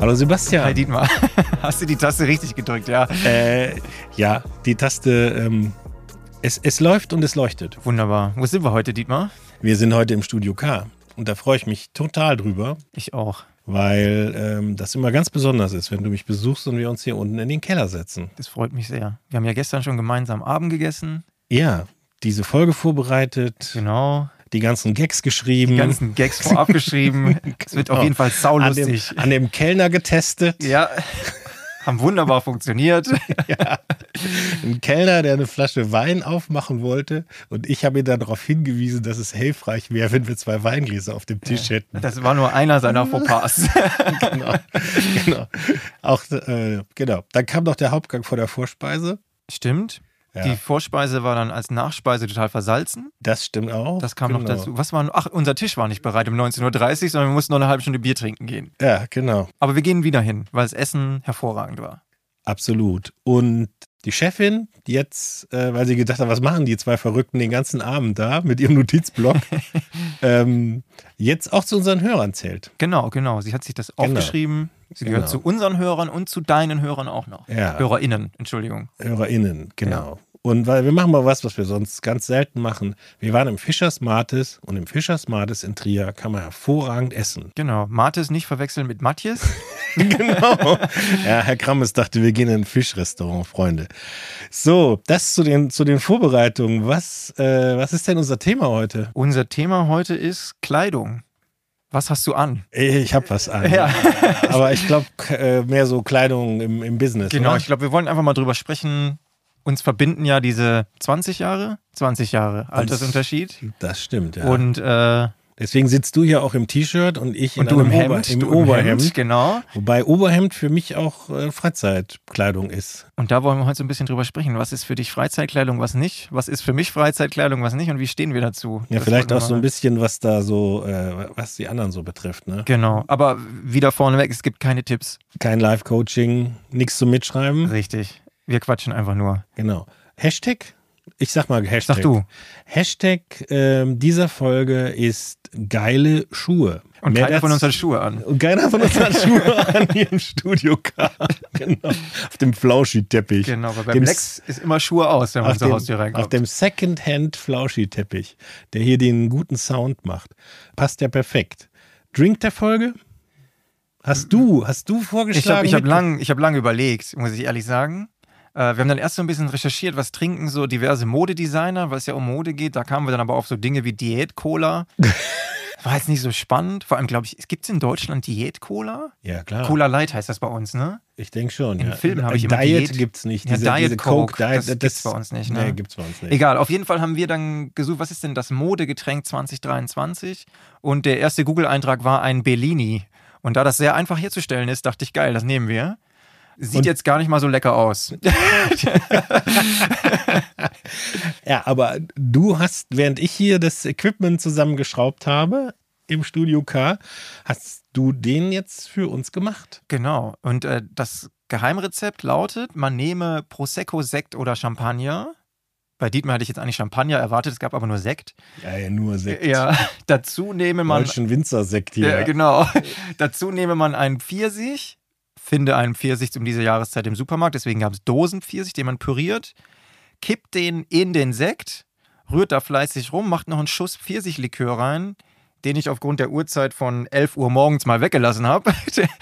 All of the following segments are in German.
Hallo Sebastian. Hi Dietmar. Hast du die Taste richtig gedrückt, ja? Äh, ja, die Taste, ähm, es, es läuft und es leuchtet. Wunderbar. Wo sind wir heute, Dietmar? Wir sind heute im Studio K und da freue ich mich total drüber, Ich auch. weil ähm, das immer ganz besonders ist, wenn du mich besuchst und wir uns hier unten in den Keller setzen. Das freut mich sehr. Wir haben ja gestern schon gemeinsam Abend gegessen. Ja, diese Folge vorbereitet, Genau. die ganzen Gags geschrieben. Die ganzen Gags vorab geschrieben. Es wird auf jeden Fall an dem, saulustig. an dem Kellner getestet. Genau. Ja. Haben wunderbar funktioniert. Ein Kellner, der eine Flasche Wein aufmachen wollte. Und ich habe ihn dann darauf hingewiesen, dass es hilfreich wäre, wenn wir zwei Weingläser auf dem Tisch hätten. Das war nur einer seiner Fauxpas. genau. genau. Auch, äh, genau. Dann kam noch der Hauptgang vor der Vorspeise. Stimmt. Ja. Die Vorspeise war dann als Nachspeise total versalzen. Das stimmt auch. Das kam noch Genau. dazu. Was war? Ach, unser Tisch war nicht bereit um 19.30 Uhr, sondern wir mussten noch eine halbe Stunde Bier trinken gehen. Ja, genau. Aber wir gehen wieder hin, weil das Essen hervorragend war. Absolut. Und die Chefin, die jetzt, äh, weil sie gedacht hat, was machen die zwei Verrückten den ganzen Abend da mit ihrem Notizblock, ähm, jetzt auch zu unseren Hörern zählt. Genau, genau. Sie hat sich das Genau. aufgeschrieben. Sie gehört Genau. zu unseren Hörern und zu deinen Hörern auch noch. Ja. HörerInnen, Entschuldigung. HörerInnen, genau. Und weil wir machen mal was, was wir sonst ganz selten machen. Wir waren im Fischers Martes und im Fischers Martes in Trier kann man hervorragend essen. Genau. Mathis nicht verwechseln mit Matthias. genau. Ja, Herr Krammes dachte, wir gehen in ein Fischrestaurant, Freunde. So, das zu den, zu den Vorbereitungen. Was, äh, was ist denn unser Thema heute? Unser Thema heute ist Kleidung. Was hast du an? Ich habe was an. Aber ich glaube, mehr so Kleidung im, im Business. Genau, Oder? ich glaube, wir wollen einfach mal drüber sprechen. Uns verbinden ja diese 20 Jahre, 20 Jahre Altersunterschied. Das stimmt, ja. Und, äh, Deswegen sitzt du hier auch im T-Shirt und ich in und du im einem Hemd. Ober, im du im Oberhemd. Hemd, genau. Wobei Oberhemd für mich auch äh, Freizeitkleidung ist. Und da wollen wir heute so ein bisschen drüber sprechen. Was ist für dich Freizeitkleidung, was nicht? Was ist für mich Freizeitkleidung, was nicht? Und wie stehen wir dazu? Ja, Das vielleicht auch wollten wir so ein mal- bisschen, was da so, äh, was die anderen so betrifft. Ne? Genau, aber wieder vorneweg, es gibt keine Tipps. Kein Live-Coaching, nichts zum Mitschreiben. Richtig. Wir quatschen einfach nur. Genau. Hashtag? Ich sag mal Hashtag. Sag du. Hashtag ähm, dieser Folge ist geile Schuhe. Und Mehr keiner von dazu- uns hat Schuhe an. und keiner von uns hat Schuhe an hier im Studio kam. Genau. Auf dem Flauschi-Teppich. Genau, weil Dem beim Lex S- ist immer Schuhe aus, wenn man Auf zur dem, Haustür auf reinkommt. dem Secondhand Flauschi-Teppich, der hier den guten Sound macht. Passt ja perfekt. Drink der Folge? Hast du, hast du Ich habe vorgeschlagen? ich hab mit- lang, ich hab lang überlegt, muss ich ehrlich sagen. Äh, wir haben dann erst so ein bisschen recherchiert, was trinken so diverse Modedesigner, weil es ja um Mode geht. Da kamen wir dann aber auf so Dinge wie Diät-Cola. War jetzt nicht so spannend. Vor allem, glaube ich, gibt es in Deutschland Diät-Cola? Ja, klar. Cola Light heißt das bei uns, ne? Ich denke schon. In ja. Filmen habe ich immer Diet Diät- gibt's nicht. Ja, Diese, Diet diese Coke, Coke, das gibt's bei uns nicht, ne? Nee, gibt's bei uns nicht. Egal, auf jeden Fall haben wir dann gesucht, was ist denn das Modegetränk 2023? Und der erste Google-Eintrag war ein Bellini. Und da das sehr einfach herzustellen ist, dachte ich, geil, das nehmen wir. Sieht Und- jetzt gar nicht mal so lecker aus. Ja, aber du hast, während ich hier das Equipment zusammengeschraubt habe im Studio K, hast du den jetzt für uns gemacht. genau. Und äh, das Geheimrezept lautet, man nehme Prosecco, Sekt oder Champagner. Bei Dietmar hatte ich jetzt eigentlich Champagner erwartet, es gab aber nur Sekt. Ja, ja nur Sekt. Ja, dazu nehme man Deutschen Winzersekt hier. Ja, genau. Dazu nehme man einen Pfirsich, finde einen Pfirsich um diese Jahreszeit im Supermarkt, deswegen gab es Dosenpfirsich, den man püriert, kippt den in den Sekt, rührt da fleißig rum, macht noch einen Schuss Pfirsichlikör rein, den ich aufgrund der Uhrzeit von 11 Uhr morgens mal weggelassen habe.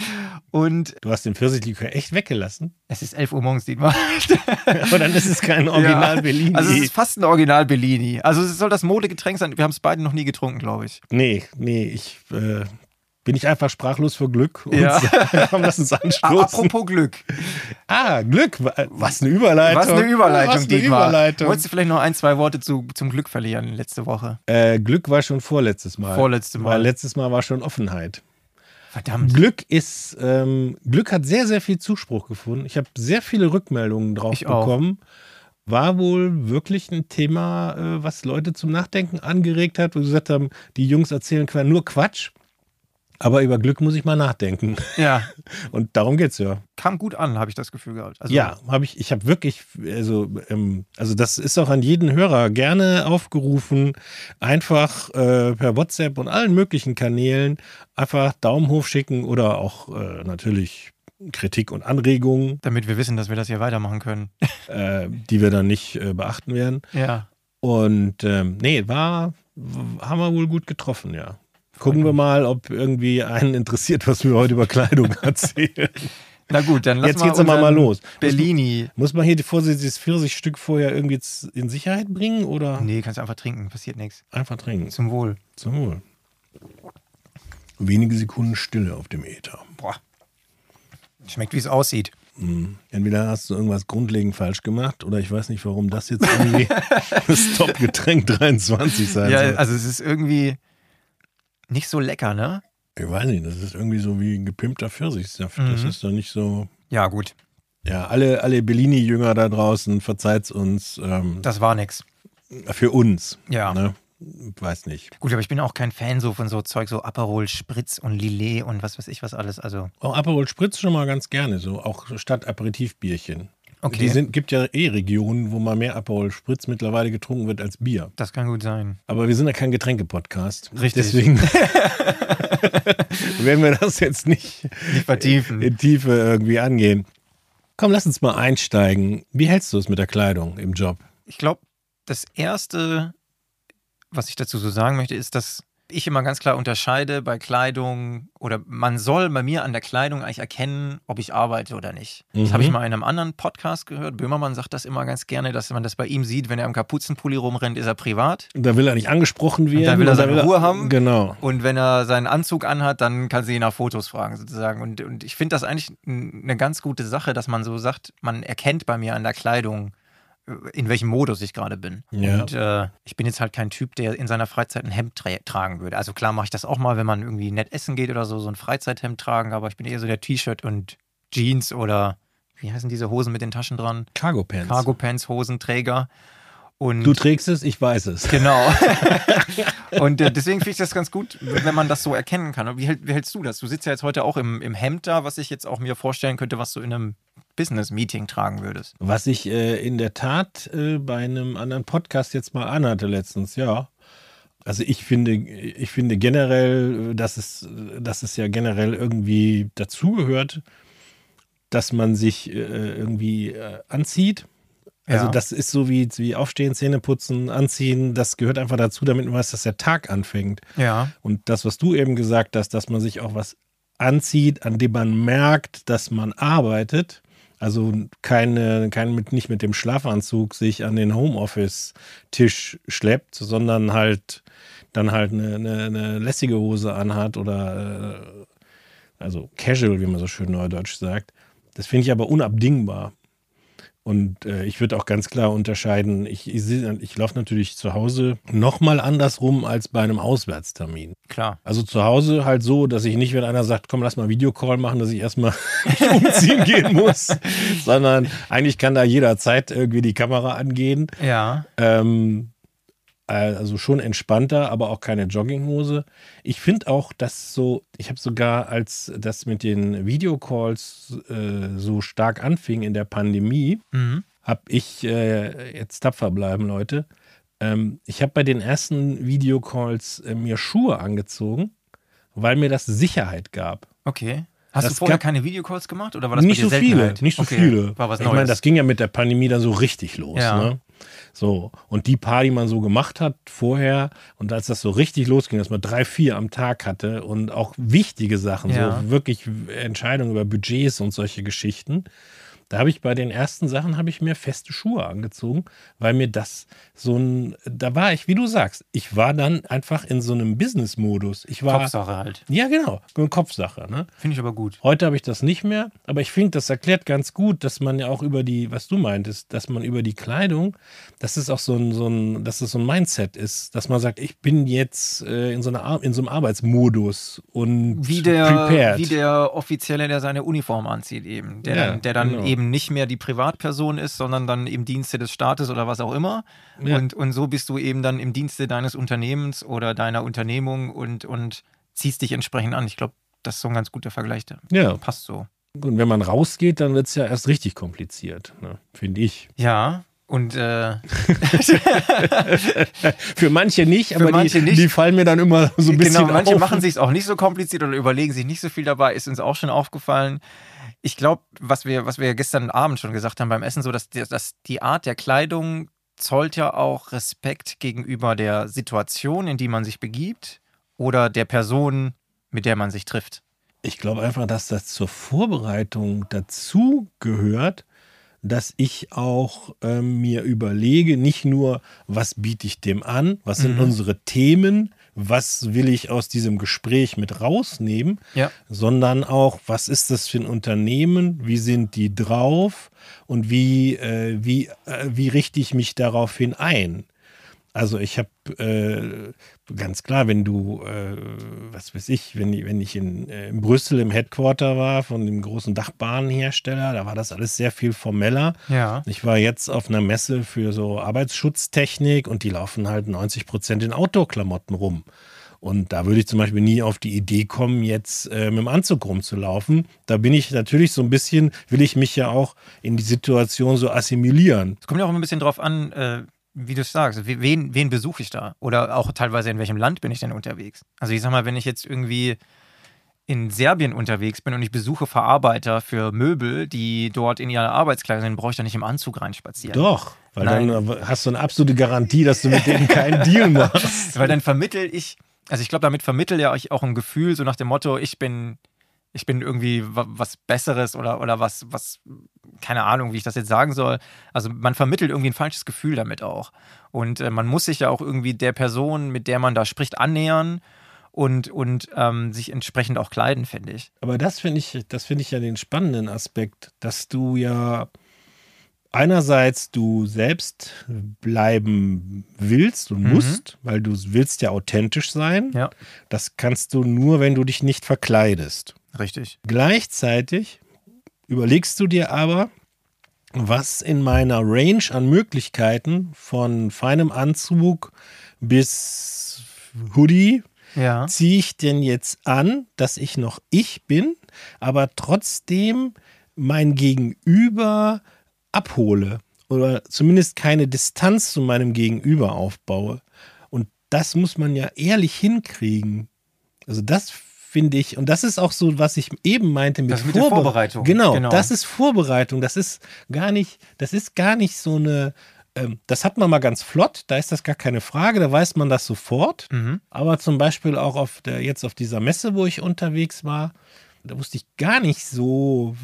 Und Du hast den Pfirsichlikör echt weggelassen. es ist 11 Uhr morgens, Dietmar. Aber dann ist es kein Original Ja. Berlin. Also es ist fast ein Original Bellini. Also es soll das Modegetränk sein. Wir haben es beide noch nie getrunken, glaube ich. nee, nee, ich äh, bin ich einfach sprachlos vor Glück. Und Ja. sag, komm, lass uns Ah, anstoßen. apropos Glück. Ah, Glück. Was eine Überleitung. Was eine Überleitung, Oh, Was eine Dietmar. Überleitung. Wolltest du vielleicht noch ein, zwei Worte zu, zum Glück verlieren letzte Woche? Äh, Glück war schon vorletztes Mal. Vorletztes Mal. Weil letztes Mal war schon Offenheit. Verdammt. Glück ist, ähm, Glück hat sehr, sehr viel Zuspruch gefunden. Ich habe sehr viele Rückmeldungen drauf Ich auch. bekommen. War wohl wirklich ein Thema, äh, was Leute zum Nachdenken angeregt hat, wo sie gesagt haben, die Jungs erzählen quer nur Quatsch. Aber über Glück muss ich mal nachdenken. Ja, Und darum geht's ja. kam gut an, habe ich das Gefühl gehabt. Also, ja, habe ich, ich habe wirklich, also, ähm, also das ist auch an jeden Hörer gerne aufgerufen, einfach äh, per WhatsApp und allen möglichen Kanälen einfach Daumen hoch schicken oder auch äh, natürlich Kritik und Anregungen, Damit wir wissen, dass wir das hier weitermachen können. äh, die wir dann nicht äh, beachten werden. Ja. Und ähm, nee, war, w- haben wir wohl gut getroffen, ja. Gucken wir mal, ob irgendwie einen interessiert, was wir heute über Kleidung erzählen. Na gut, dann lass Jetzt mal geht's aber mal unseren los. Bellini. Muss man hier die vorsichtig das 40 Stück vorher irgendwie jetzt in Sicherheit bringen oder Nee, kannst du einfach trinken, passiert nichts. einfach trinken? Zum Wohl. Zum Wohl. Wenige Sekunden Stille auf dem Äther. Boah. Schmeckt, wie es aussieht. Entweder hast du irgendwas grundlegend falsch gemacht oder ich weiß nicht, warum das jetzt irgendwie das Top-Getränk 23 sein ja, soll. also es ist irgendwie nicht so lecker, ne? Ich weiß nicht, das ist irgendwie so wie gepimpter Pfirsichsaft. Das ist doch nicht so. Ja, gut. Ja, alle, alle Bellini-Jünger da draußen, verzeiht's uns. Ähm, Das war nix. für uns. Ja. Ne? Weiß nicht. Gut, aber ich bin auch kein Fan so von so Zeug, so Aperol, Spritz und Lillet und was weiß ich was alles. Also, Auch Aperol Spritz schon mal ganz gerne, so auch statt Aperitivbierchen. Okay. Die sind, gibt ja eh Regionen, wo mal mehr Aperol Spritz mittlerweile getrunken wird als Bier. das kann gut sein. Aber wir sind ja kein Getränke-Podcast. Richtig. Deswegen werden wir das jetzt nicht Nicht vertiefen. in Tiefe irgendwie angehen. Komm, lass uns mal einsteigen. Wie hältst du es mit der Kleidung im Job? Ich glaube, das Erste, was ich dazu so sagen möchte, ist, dass ich immer ganz klar unterscheide bei Kleidung oder man soll bei mir an der Kleidung eigentlich erkennen, ob ich arbeite oder nicht. Das Mhm. habe ich mal in einem anderen Podcast gehört. Böhmermann sagt das immer ganz gerne, dass man das bei ihm sieht, wenn er im Kapuzenpulli rumrennt, ist er privat. Und Da will er nicht angesprochen werden. will er und da seine Ruhe haben. Genau. Und wenn er seinen Anzug anhat, dann kann sie ihn nach Fotos fragen, sozusagen. Und, und ich finde das eigentlich n- eine ganz gute Sache, dass man so sagt, man erkennt bei mir an der Kleidung, äh, in welchem Modus ich gerade bin. Ja. Und äh, ich bin jetzt halt kein Typ, der in seiner Freizeit ein Hemd tra tragen würde. Also klar mache ich das auch mal, wenn man irgendwie nett essen geht oder so, so ein Freizeithemd tragen, aber ich bin eher so der T-Shirt und Jeans oder wie heißen diese Hosen mit den Taschen dran? Cargo Pants. Cargo-Pants, Hosenträger. Und Du trägst es, ich weiß es. Genau. und äh, deswegen finde ich das ganz gut, wenn man das so erkennen kann. Und Wie, hält- wie hältst du das? Du sitzt ja jetzt heute auch im, im Hemd da, was ich jetzt auch mir vorstellen könnte, was du in einem Business-Meeting tragen würdest. Was ich äh, in der Tat äh, bei einem anderen Podcast jetzt mal anhatte letztens, ja. Also ich finde, ich finde generell, äh, dass es, äh, dass es ja generell irgendwie dazugehört, dass man sich äh, irgendwie äh, anzieht. Also Ja. das ist so wie, wie Aufstehen, Zähne putzen, anziehen, das gehört einfach dazu, damit man weiß, dass der Tag anfängt. Ja. Und das, was du eben gesagt hast, dass man sich auch was anzieht, an dem man merkt, dass man arbeitet. Also keine, kein mit, nicht mit dem Schlafanzug sich an den Homeoffice-Tisch schleppt, sondern halt dann halt eine, eine, eine lässige Hose anhat oder äh, also casual, wie man so schön neudeutsch sagt. Das finde ich aber unabdingbar. Und äh, ich würde auch ganz klar unterscheiden, ich, ich, seh- ich laufe natürlich zu Hause nochmal anders rum als bei einem Auswärtstermin. Klar. Also zu Hause halt so, dass ich nicht, wenn einer sagt, komm, lass mal Videocall machen, dass ich erstmal mich umziehen gehen muss, sondern eigentlich kann da jederzeit irgendwie die Kamera angehen. Ja. Ähm, äh, also schon entspannter, aber auch keine Jogginghose. Ich finde auch, dass so, ich habe sogar, als das mit den Videocalls äh, so stark anfing in der Pandemie, Mhm. habe ich äh, jetzt tapfer bleiben, Leute. Ähm, ich habe bei den ersten Videocalls äh, mir Schuhe angezogen, weil mir das Sicherheit gab. Okay. Hast Das du vorher gab- keine Videocalls gemacht oder war das nicht bei so dir viele, Seltenheit? nicht so okay. viele. War was ich Neues. meine, das ging ja mit der Pandemie dann so richtig los. Ja. Ne? So, und die paar, die man so gemacht hat vorher und als das so richtig losging, dass man drei, vier am Tag hatte und auch wichtige Sachen, Ja. so wirklich Entscheidungen über Budgets und solche Geschichten, da habe ich bei den ersten Sachen habe ich mir feste Schuhe angezogen, weil mir das so ein, da war ich, wie du sagst, ich war dann einfach in so einem Business-Modus. Ich war, Kopfsache halt. ja genau, eine Kopfsache, ne? Finde ich aber gut. Heute habe ich das nicht mehr, aber ich finde, das erklärt ganz gut, dass man ja auch über die, was du meintest, dass man über die Kleidung, dass es auch so ein, so ein, dass es so ein Mindset ist, dass man sagt, ich bin jetzt äh, in, so einer, Ar- in so einem Arbeitsmodus und Wie der, prepared. wie der Offizielle, der seine Uniform anzieht, eben. Der Ja, dann, der dann genau. eben nicht mehr die Privatperson ist, sondern dann im Dienste des Staates oder was auch immer. Ja. Und, und so bist du eben dann im Dienste deines Unternehmens oder deiner Unternehmung und, und ziehst dich entsprechend an. Ich glaube, das ist so ein ganz guter Vergleich. Der Ja. passt so. Und wenn man rausgeht, dann wird es ja erst richtig kompliziert, ne? finde ich. Ja, und äh, Für manche nicht, aber manche die, nicht. die fallen mir dann immer so ein bisschen genau, manche auf. machen sich auch nicht so kompliziert oder überlegen sich nicht so viel dabei, ist uns auch schon aufgefallen. Ich glaube, was wir, was wir gestern Abend schon gesagt haben beim Essen, so dass, die- dass die Art der Kleidung zollt ja auch Respekt gegenüber der Situation, in die man sich begibt oder der Person, mit der man sich trifft. Ich glaube einfach, dass das zur Vorbereitung dazu gehört, dass ich auch ähm, mir überlege, nicht nur, was biete ich dem an, was sind Mhm. unsere Themen, was will ich aus diesem Gespräch mit rausnehmen, Ja. sondern auch, was ist das für ein Unternehmen, wie sind die drauf und wie, äh, wie, äh, wie richte ich mich daraufhin ein. Also ich habe äh, ganz klar, wenn du, äh, was weiß ich, wenn, wenn ich in, äh, in Brüssel im Headquarter war von dem großen Dachbahnhersteller, da war das alles sehr viel formeller. Ja. Ich war jetzt auf einer Messe für so Arbeitsschutztechnik und die laufen halt 90 Prozent in Outdoor-Klamotten rum. Und da würde ich zum Beispiel nie auf die Idee kommen, jetzt äh, mit dem Anzug rumzulaufen. Da bin ich natürlich so ein bisschen, will ich mich ja auch in die Situation so assimilieren. Es kommt ja auch ein bisschen drauf an, äh, wie du es sagst, we- wen, wen besuche ich da? Oder auch teilweise, in welchem Land bin ich denn unterwegs? Also ich sag mal, wenn ich jetzt irgendwie in Serbien unterwegs bin und ich besuche Verarbeiter für Möbel, die dort in ihrer Arbeitskleidung sind, brauche ich da nicht im Anzug reinspazieren. Doch, weil Nein. dann hast du eine absolute Garantie, dass du mit denen keinen Deal machst. Weil dann vermittel ich, also ich glaube, damit vermittel ja euch auch ein Gefühl, so nach dem Motto, ich bin, ich bin irgendwie wa- was Besseres oder, oder was, was, keine Ahnung, wie ich das jetzt sagen soll. Also man vermittelt irgendwie ein falsches Gefühl damit auch. Und äh, man muss sich ja auch irgendwie der Person, mit der man da spricht, annähern und, und ähm, sich entsprechend auch kleiden, finde ich. Aber das finde ich, das finde ich ja den spannenden Aspekt, dass du ja einerseits du selbst bleiben willst und Mhm. musst, weil du willst ja authentisch sein. Ja. Das kannst du nur, wenn du dich nicht verkleidest. Richtig. Gleichzeitig überlegst du dir aber, was in meiner Range an Möglichkeiten von feinem Anzug bis Hoodie Ja. ziehe ich denn jetzt an, dass ich noch ich bin, aber trotzdem mein Gegenüber abhole oder zumindest keine Distanz zu meinem Gegenüber aufbaue. Und das muss man ja ehrlich hinkriegen. Also das finde ich, und das ist auch so, was ich eben meinte mit, Das mit der Vorbere- Vorbereitung. Genau, Genau. das ist Vorbereitung. Das ist gar nicht, das ist gar nicht so eine, ähm, das hat man mal ganz flott, da ist das gar keine Frage, da weiß man das sofort. Mhm. Aber zum Beispiel auch auf der, jetzt auf dieser Messe, wo ich unterwegs war, da wusste ich gar nicht so,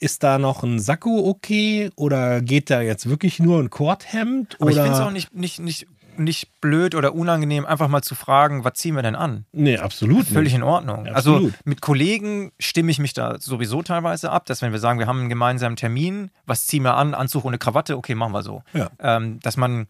ist da noch ein Sakko okay oder geht da jetzt wirklich nur ein Korthemd? Aber ich oder? finde es auch nicht, nicht, nicht, nicht blöd oder unangenehm, einfach mal zu fragen, was ziehen wir denn an? Nee, absolut Völlig nicht. in Ordnung. Ja, Also absolut. mit Kollegen stimme ich mich da sowieso teilweise ab, dass wenn wir sagen, wir haben einen gemeinsamen Termin, was ziehen wir an, Anzug ohne Krawatte, okay, machen wir so. Ja. Ähm, dass man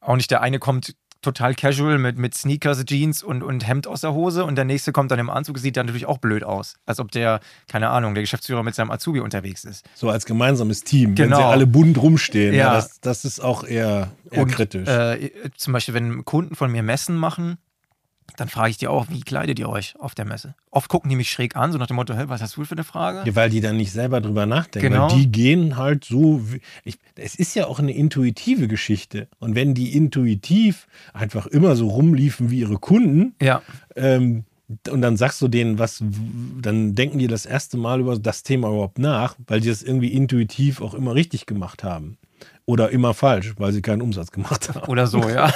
auch nicht der eine kommt total casual mit, mit Sneakers, Jeans und, und Hemd aus der Hose und der nächste kommt dann im Anzug, sieht dann natürlich auch blöd aus. Als ob der, keine Ahnung, der Geschäftsführer mit seinem Azubi unterwegs ist. So als gemeinsames Team, wenn sie Genau. alle bunt rumstehen. Ja. Ja. Das, das ist auch eher, eher Und, kritisch. Äh, zum Beispiel, wenn Kunden von mir Messen machen, dann frage ich die auch, wie kleidet ihr euch auf der Messe? Oft gucken die mich schräg an, so nach dem Motto, hey, was hast du für eine Frage? Ja, weil die dann nicht selber drüber nachdenken. Genau. Weil die gehen halt so. wie- Ich, es ist ja auch eine intuitive Geschichte. Und wenn die intuitiv einfach immer so rumliefen wie ihre Kunden, Ja, ähm, und dann sagst du denen was, w- dann denken die das erste Mal über das Thema überhaupt nach, weil die das irgendwie intuitiv auch immer richtig gemacht haben. Oder immer falsch, weil sie keinen Umsatz gemacht haben. oder so, ja.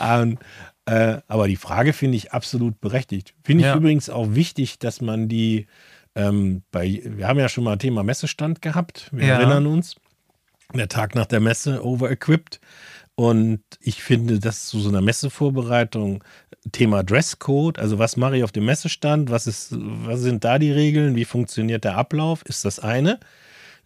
Ähm, äh, aber die Frage finde ich absolut berechtigt. Finde ich Ja. übrigens auch wichtig, dass man die ähm, bei, wir haben ja schon mal Thema Messestand gehabt, wir Ja. erinnern uns. Der Tag nach der Messe, overequipped. Und ich finde, dass zu so einer Messevorbereitung Thema Dresscode, also was mache ich auf dem Messestand, was, ist, was sind da die Regeln, wie funktioniert der Ablauf, ist das eine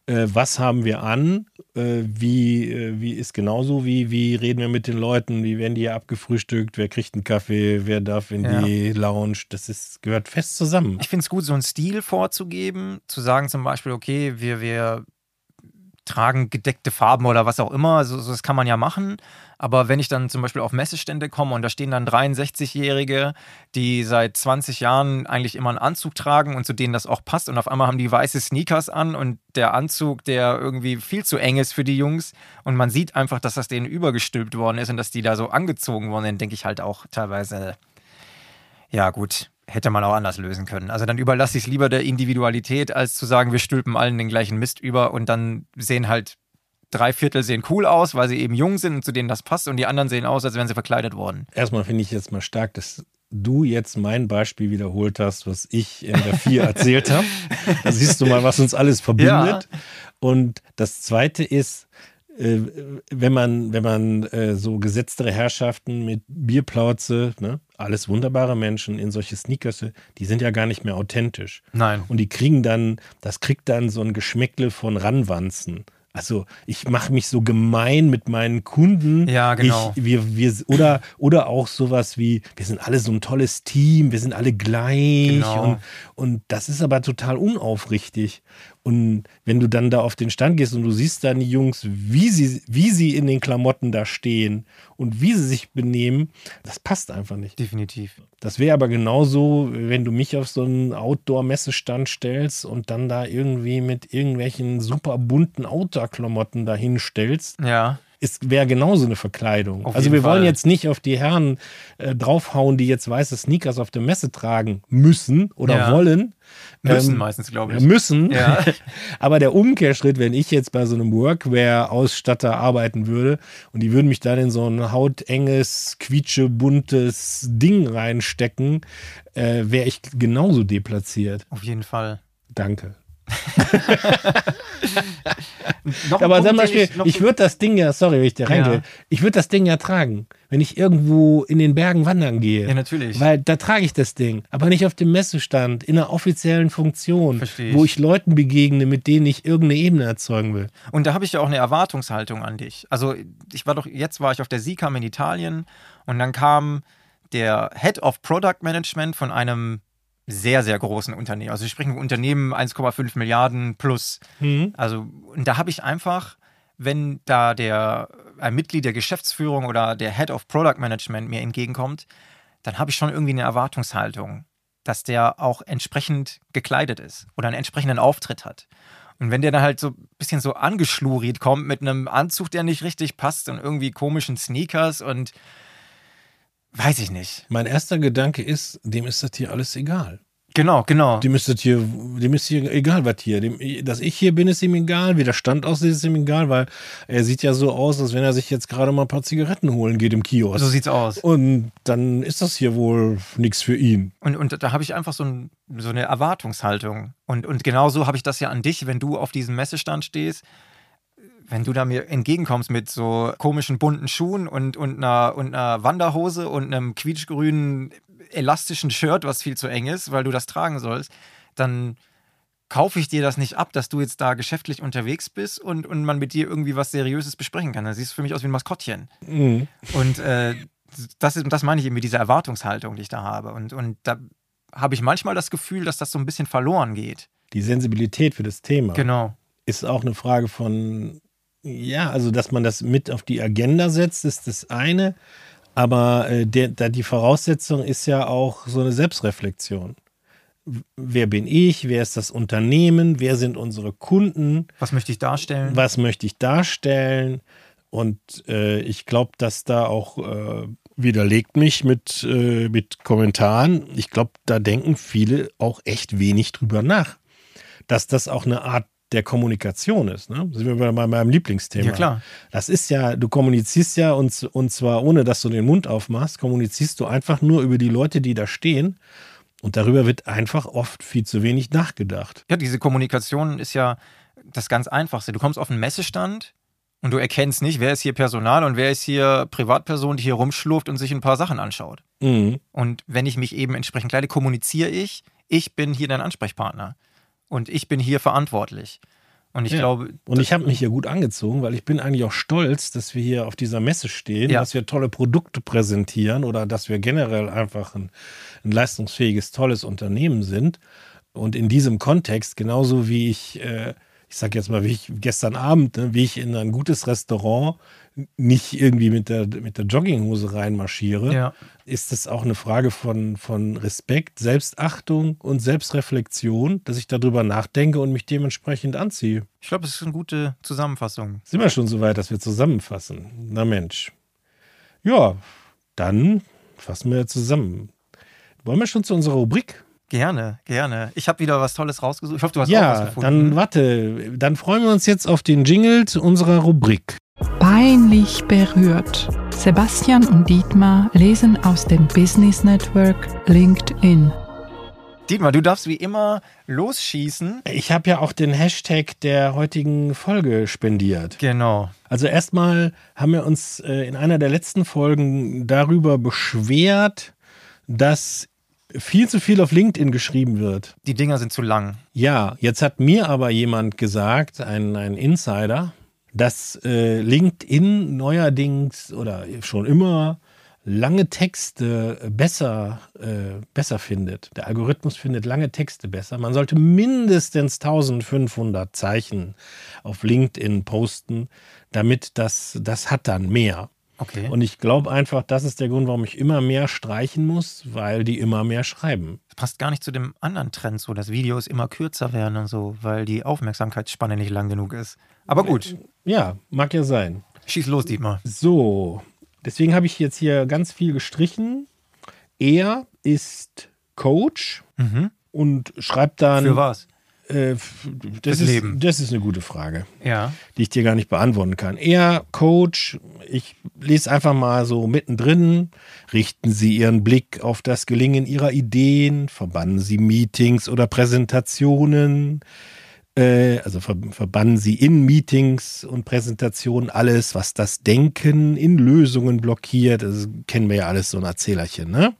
äh, was haben wir an, äh, wie, äh, wie ist genauso, wie, wie reden wir mit den Leuten, wie werden die hier abgefrühstückt, wer kriegt einen Kaffee, wer darf in Ja. die Lounge, das ist, gehört fest zusammen. Ich finde es gut, so einen Stil vorzugeben, zu sagen zum Beispiel, okay, wir, wir tragen gedeckte Farben oder was auch immer. So, so, das kann man ja machen. Aber wenn ich dann zum Beispiel auf Messestände komme und da stehen dann 63-Jährige, die seit 20 Jahren eigentlich immer einen Anzug tragen und zu denen das auch passt und auf einmal haben die weiße Sneakers an und der Anzug, der irgendwie viel zu eng ist für die Jungs und man sieht einfach, dass das denen übergestülpt worden ist und dass die da so angezogen wurden, dann denke ich halt auch teilweise, ja gut, hätte man auch anders lösen können. Also dann überlasse ich es lieber der Individualität, als zu sagen, wir stülpen allen den gleichen Mist über und dann sehen halt drei Viertel sehen cool aus, weil sie eben jung sind und zu denen das passt und die anderen sehen aus, als wären sie verkleidet worden. Erstmal finde ich jetzt mal stark, dass du jetzt mein Beispiel wiederholt hast, was ich in der 4 erzählt habe. Da siehst du mal, was uns alles verbindet. Ja. Und das Zweite ist, äh, wenn man, wenn man äh, so gesetztere Herrschaften mit Bierplauze, ne, alles wunderbare Menschen in solche Sneakers, die sind ja gar nicht mehr authentisch. Nein. Und die kriegen dann, das kriegt dann so ein Geschmäckle von Ranwanzen. Also ich mache mich so gemein mit meinen Kunden. Ja, genau. Ich, wir, wir, oder, oder auch sowas wie, wir sind alle so ein tolles Team, wir sind alle gleich. Genau. Und, und das ist aber total unaufrichtig. Und wenn du dann da auf den Stand gehst und du siehst dann die Jungs, wie sie, wie sie in den Klamotten da stehen und wie sie sich benehmen, das passt einfach nicht. Definitiv. Das wäre aber genauso, wenn du mich auf so einen Outdoor-Messestand stellst und dann da irgendwie mit irgendwelchen super bunten Outdoor-Klamotten dahin stellst. Ja. Wäre genauso eine Verkleidung. Auf also, jeden wir wollen Fall. jetzt nicht auf die Herren äh, draufhauen, die jetzt weiße Sneakers auf der Messe tragen müssen oder Ja. wollen. Müssen Ähm, meistens, glaube Ja, ich. müssen. Ja. Aber der Umkehrschritt, wenn ich jetzt bei so einem Workwear-Ausstatter arbeiten würde und die würden mich dann in so ein hautenges, quietschebuntes Ding reinstecken, äh, wäre ich genauso deplatziert. Auf jeden Fall. Danke. Noch ein Aber Punkt, zum den Beispiel, noch- ich würde das Ding ja, sorry, wenn ich da reingehe, Ja. ich würde das Ding ja tragen, wenn ich irgendwo in den Bergen wandern gehe. Ja, natürlich. Weil da trage ich das Ding, aber nicht auf dem Messestand, in einer offiziellen Funktion, Versteh ich. wo ich Leuten begegne, mit denen ich irgendeine Ebene erzeugen will. Und da habe ich ja auch eine Erwartungshaltung an dich. Also ich war doch, jetzt war ich auf der SICAM in Italien und dann kam der Head of Product Management von einem sehr, sehr großen Unternehmen. Also wir sprechen von Unternehmen 1,5 Milliarden plus. Also, und da habe ich einfach, wenn da der ein Mitglied der Geschäftsführung oder der Head of Product Management mir entgegenkommt, dann habe ich schon irgendwie eine Erwartungshaltung, dass der auch entsprechend gekleidet ist oder einen entsprechenden Auftritt hat. Und wenn der dann halt so ein bisschen so angeschluriert kommt mit einem Anzug, der nicht richtig passt und irgendwie komischen Sneakers und weiß ich nicht. Mein erster Gedanke ist, dem ist das hier alles egal. Genau, genau. Dem ist das hier, dem ist hier egal, was hier. Dem, dass ich hier bin, ist ihm egal. Wie der Stand aussieht, ist ihm egal, weil er sieht ja so aus, als wenn er sich jetzt gerade mal ein paar Zigaretten holen geht im Kiosk. So sieht's aus. Und dann ist das hier wohl nichts für ihn. Und, und da habe ich einfach so, ein, so eine Erwartungshaltung. Und, und genauso habe ich das ja an dich, wenn du auf diesem Messestand stehst, wenn du da mir entgegenkommst mit so komischen bunten Schuhen und, und, einer, und einer Wanderhose und einem quietschgrünen elastischen Shirt, was viel zu eng ist, weil du das tragen sollst, dann kaufe ich dir das nicht ab, dass du jetzt da geschäftlich unterwegs bist und, und man mit dir irgendwie was Seriöses besprechen kann. Dann siehst du für mich aus wie ein Maskottchen. Mhm. Und äh, das, ist, das meine ich eben mit dieser Erwartungshaltung, die ich da habe. Und, und da habe ich manchmal das Gefühl, dass das so ein bisschen verloren geht. Die Sensibilität für das Thema Genau. ist auch eine Frage von, ja, also dass man das mit auf die Agenda setzt, ist das eine. Aber äh, der, da die Voraussetzung ist ja auch so eine Selbstreflexion. W- Wer bin ich? Wer ist das Unternehmen? Wer sind unsere Kunden? Was möchte ich darstellen? Was möchte ich darstellen? Und äh, ich glaube, dass da auch äh, widerlegt mich mit, äh, mit Kommentaren. Ich glaube, da denken viele auch echt wenig drüber nach, dass das auch eine Art der Kommunikation ist. Ne? Sind wir wieder bei meinem Lieblingsthema. Ja, klar. Das ist ja, du kommunizierst ja und, und zwar ohne, dass du den Mund aufmachst, kommunizierst du einfach nur über die Leute, die da stehen. Und darüber wird einfach oft viel zu wenig nachgedacht. Ja, diese Kommunikation ist ja das ganz Einfachste. Du kommst auf einen Messestand und du erkennst nicht, wer ist hier Personal und wer ist hier Privatperson, die hier rumschlurft und sich ein paar Sachen anschaut. Mhm. Und wenn ich mich eben entsprechend kleide, kommuniziere ich, ich bin hier dein Ansprechpartner. Und ich bin hier verantwortlich. Und ich Ja. glaube, Und ich habe mich hier gut angezogen, weil ich bin eigentlich auch stolz, dass wir hier auf dieser Messe stehen, Ja. dass wir tolle Produkte präsentieren oder dass wir generell einfach ein, ein leistungsfähiges, tolles Unternehmen sind. Und in diesem Kontext, genauso wie ich äh, ich sag jetzt mal, wie ich gestern Abend, ne, wie ich in ein gutes Restaurant nicht irgendwie mit der, mit der Jogginghose reinmarschiere, Ja. ist das auch eine Frage von, von Respekt, Selbstachtung und Selbstreflexion, dass ich darüber nachdenke und mich dementsprechend anziehe. Ich glaube, es ist eine gute Zusammenfassung. Sind wir schon so weit, dass wir zusammenfassen? Na Mensch. Ja, dann fassen wir zusammen. Wollen wir schon zu unserer Rubrik? Gerne, gerne. Ich habe wieder was Tolles rausgesucht. Ich hoffe, du hast auch was Ja, gefunden. ne? dann warte. Dann freuen wir uns jetzt auf den Jingle zu unserer Rubrik. Peinlich berührt. Sebastian und Dietmar lesen aus dem Business Network LinkedIn. Mhm. Dietmar, du darfst wie immer losschießen. Ich habe ja auch den Hashtag der heutigen Folge spendiert. Genau. Also erstmal haben wir uns äh, in einer der letzten Folgen darüber beschwert, dass viel zu viel auf LinkedIn geschrieben wird. Die Dinger sind zu lang. Ja, jetzt hat mir aber jemand gesagt, ein, ein Insider, dass äh, LinkedIn neuerdings oder schon immer lange Texte besser, äh, besser findet. Der Algorithmus findet lange Texte besser. Man sollte mindestens 1500 Zeichen auf LinkedIn posten, damit das, das hat dann mehr. Okay. Und ich glaube einfach, das ist der Grund, warum ich immer mehr streichen muss, weil die immer mehr schreiben. passt gar nicht zu dem anderen Trend, so dass Videos immer kürzer werden und so, weil die Aufmerksamkeitsspanne nicht lang genug ist. Aber gut, Ja, mag ja sein. schieß los, Dietmar. So, deswegen habe ich jetzt hier ganz viel gestrichen. Er ist Coach Mhm. und schreibt dann. Für was? Äh, f- das, Fürs ist, Leben. das ist eine gute Frage, Ja. die ich dir gar nicht beantworten kann. Er, Coach, ich lese einfach mal so mittendrin. Richten Sie Ihren Blick auf das Gelingen Ihrer Ideen, verbannen Sie Meetings oder Präsentationen, äh, also ver verbannen sie in Meetings und Präsentationen alles, was das Denken in Lösungen blockiert. Das kennen wir ja alles so ein Erzählerchen, ne?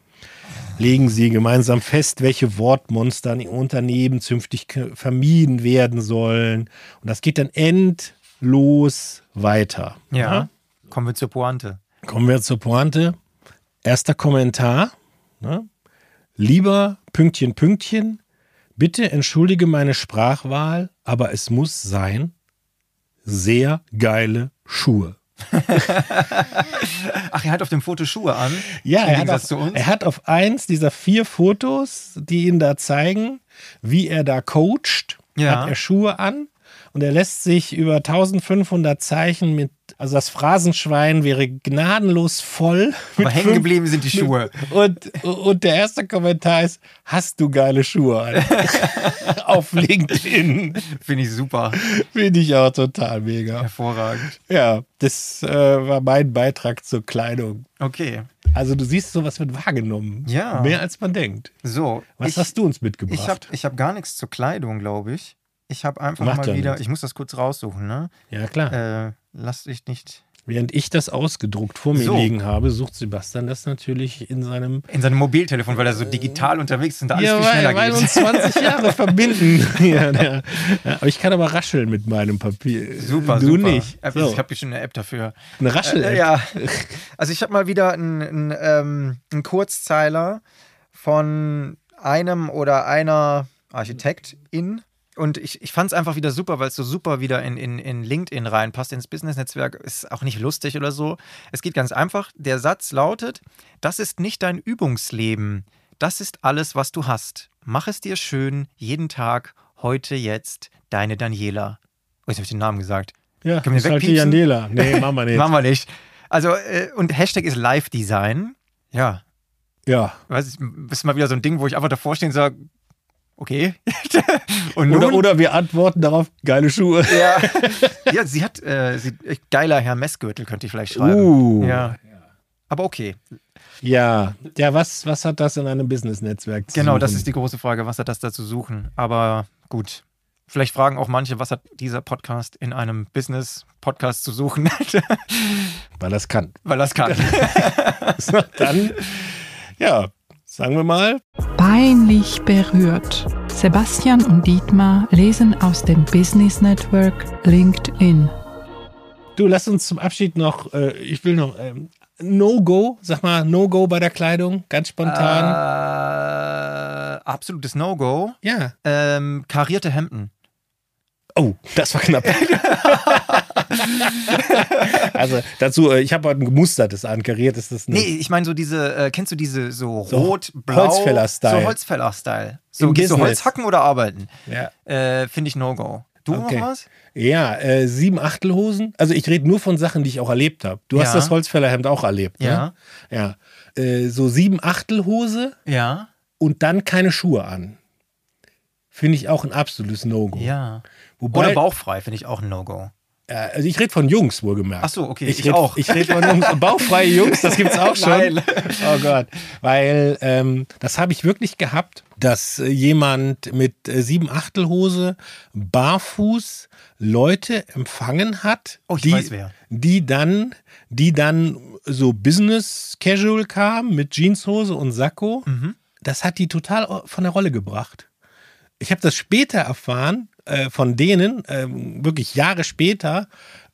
Legen Sie gemeinsam fest, welche Wortmonster in Ihrem Unternehmen zünftig k- vermieden werden sollen. Und das geht dann endlos weiter. ne? ja. Kommen wir zur Pointe. Kommen wir zur Pointe. Erster Kommentar. Ne? Lieber Pünktchen, Pünktchen, bitte entschuldige meine Sprachwahl, aber es muss sein. Sehr geile Schuhe. Ach, er hat auf dem Foto Schuhe an. Ja, Im er hat, Gegensatz auf, zu uns. er hat auf eins dieser vier Fotos, die ihn da zeigen, wie er da coacht, Ja. hat er Schuhe an und er lässt sich über 1500 Zeichen mit, also das Phrasenschwein wäre gnadenlos voll. Aber mit hängen fünf- geblieben sind die Schuhe. Und, und der erste Kommentar ist: Hast du geile Schuhe an? Auf LinkedIn. Finde ich super. Finde ich auch total mega. Hervorragend. Ja, das äh, war mein Beitrag zur Kleidung. Okay. Also, du siehst, sowas wird wahrgenommen. Ja. Mehr als man denkt. So. Was ich, hast du uns Ich habe mitgebracht? ich hab gar nichts zur Kleidung, glaube ich. Ich habe einfach Macht mal ja wieder. nichts. Ich muss das kurz raussuchen, ne? ja, klar. Äh, lass dich nicht Während ich das ausgedruckt vor mir So. liegen habe, sucht Sebastian das natürlich in seinem. in seinem Mobiltelefon, weil er so digital unterwegs ist und da alles ja, viel weil, schneller weil geht. uns 20 Jahre verbinden. ja, der, ja, aber ich kann aber rascheln mit meinem Papier. Super, du super. nicht. App- So, Ich habe hier schon eine App dafür. eine Raschel-App. Äh, ja. Also ich habe mal wieder einen, einen, ähm, einen Kurzzeiler von einem oder einer Architektin. Und ich, ich fand es einfach wieder super, weil es so super wieder in, in, in LinkedIn reinpasst, ins Business-Netzwerk. Ist auch nicht lustig oder so. Es geht ganz einfach. Der Satz lautet, das ist nicht dein Übungsleben. Das ist alles, was du hast. Mach es dir schön, jeden Tag, heute, jetzt, deine Daniela. Oh, jetzt habe ich den Namen gesagt. Ja, Können wir ist halt die wegpiepsen? Janela. Nee, machen wir nicht. Machen wir nicht. Also, äh, und Hashtag ist Live-Design. Ja, ja. weiß ich, ist mal wieder so ein Ding, wo ich einfach davor stehe und sage, okay. und Oder, nun- oder wir antworten darauf, geile Schuhe. Ja. ja, sie hat, äh, sie, geiler Herr Messgürtel könnte ich vielleicht schreiben. Uh. Ja. Ja. Aber okay, ja. was, was hat das in einem Business-Netzwerk zu genau, suchen? das ist die große Frage, was hat das da zu suchen? Aber gut. Vielleicht fragen auch manche, was hat dieser Podcast in einem Business-Podcast zu suchen? Weil das kann. Weil das kann. So, Dann, ja, sagen wir mal, Peinlich berührt. Sebastian und Dietmar lesen aus dem Business Network LinkedIn. Du, lass uns zum Abschied noch, äh, ich will noch, ähm, No-Go, sag mal, No-Go bei der Kleidung, ganz spontan. Ah. Äh, absolutes No-Go. ja, Hm. Ähm, karierte Hemden. Oh, das war knapp. also dazu, äh, ich habe heute ein gemustertes ankariert. Ist das Nee, nicht? ich meine so diese, äh, kennst du diese so So rot-blau? Holzfäller-Style. So Holzfäller-Style. So, Im gehst du Business. Holz hacken oder arbeiten? Ja. Äh, Finde ich No-Go. Du Okay. noch was? Ja, äh, sieben Achtelhosen. Also ich rede nur von Sachen, die ich auch erlebt habe. Du hast Ja. das Holzfällerhemd auch erlebt, ne? Ja. Äh, so sieben Achtelhose Ja, und dann keine Schuhe an. Finde ich auch ein absolutes No-Go. ja. Oder Wobei, bauchfrei finde ich auch ein No-Go. äh, also ich rede von Jungs wohlgemerkt. Ach so, okay, ich red, auch. Ich rede von Jungs. Bauchfreie Jungs, das gibt's auch schon. Nein. Oh Gott. Weil ähm, das habe ich wirklich gehabt, dass äh, jemand mit äh, sieben Achtelhose barfuß Leute empfangen hat, Oh, ich die, weiß wer. die dann, die dann so Business Casual kamen mit Jeanshose und Sakko. Mhm. Das hat die total von der Rolle gebracht. Ich habe das später erfahren äh, von denen, ähm, wirklich Jahre später,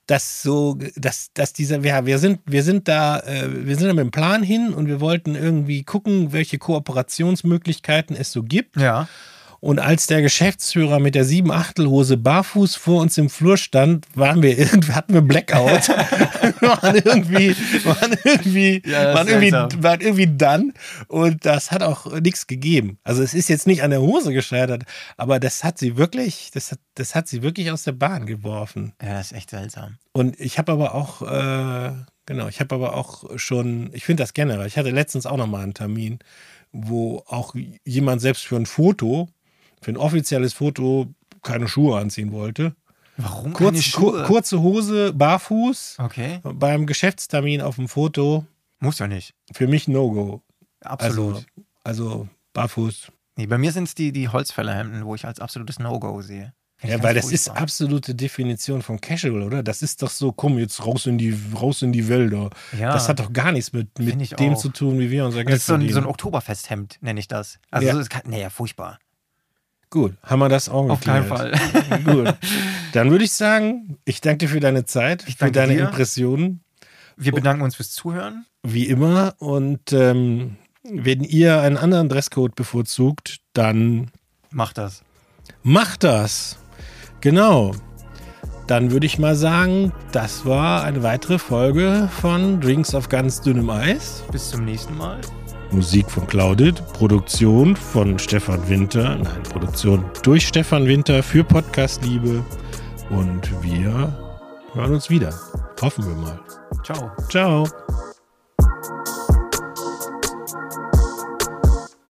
dass so, dass, dass dieser, wir, wir sind, wir sind da, äh, wir sind da mit dem Plan hin und wir wollten irgendwie gucken, welche Kooperationsmöglichkeiten es so gibt. Ja. Und als der Geschäftsführer mit der sieben Achtelhose barfuß vor uns im Flur stand, waren wir irgendwie, hatten wir Blackout. Wir waren irgendwie, waren irgendwie, Ja, das waren ist irgendwie, seltsam. waren irgendwie dann. Und das hat auch äh, nichts gegeben. Also es ist jetzt nicht an der Hose gescheitert, aber das hat sie wirklich, das hat, das hat sie wirklich aus der Bahn geworfen. Ja, das ist echt seltsam. Und ich habe aber auch, äh, genau, ich habe aber auch schon, ich finde das generell, ich hatte letztens auch nochmal einen Termin, wo auch jemand selbst für ein Foto, für ein offizielles Foto, keine Schuhe anziehen wollte. Warum Kurz, keine Schuhe? Kur kurze Hose, barfuß, Okay. beim Geschäftstermin auf dem Foto, Muss ja nicht. für mich No-Go. Absolut. Also, also barfuß. nee, bei mir sind es die, die Holzfällerhemden, wo ich als absolutes No-Go sehe. Find ich Ja, ganz weil das ist furchtbar. absolute Definition von Casual, oder? Das ist doch so, komm, jetzt raus in die, raus in die Wälder. Ja. Das hat doch gar nichts mit, Find ich mit dem auch. zu tun, wie wir unser Geld Das ist so ein, so ein verdienen. Oktoberfesthemd, nenne ich das. Also, Ja. so, das kann, nee, ja, furchtbar. Gut, haben wir das auch Auf keinen geklärt. Fall. Gut. Dann würde ich sagen, ich danke dir für deine Zeit, Ich für danke deine dir. Impressionen, Wir bedanken uns fürs Zuhören. wie immer. Und ähm, wenn ihr einen anderen Dresscode bevorzugt, dann Macht das. macht das. Genau. Dann würde ich mal sagen, das war eine weitere Folge von Drinks auf ganz dünnem Eis. Bis zum nächsten Mal. Musik von Claudit, Produktion von Stefan Winter, nein, Produktion durch Stefan Winter für Podcast Liebe. Und wir hören uns wieder. Hoffen wir mal. Ciao. Ciao.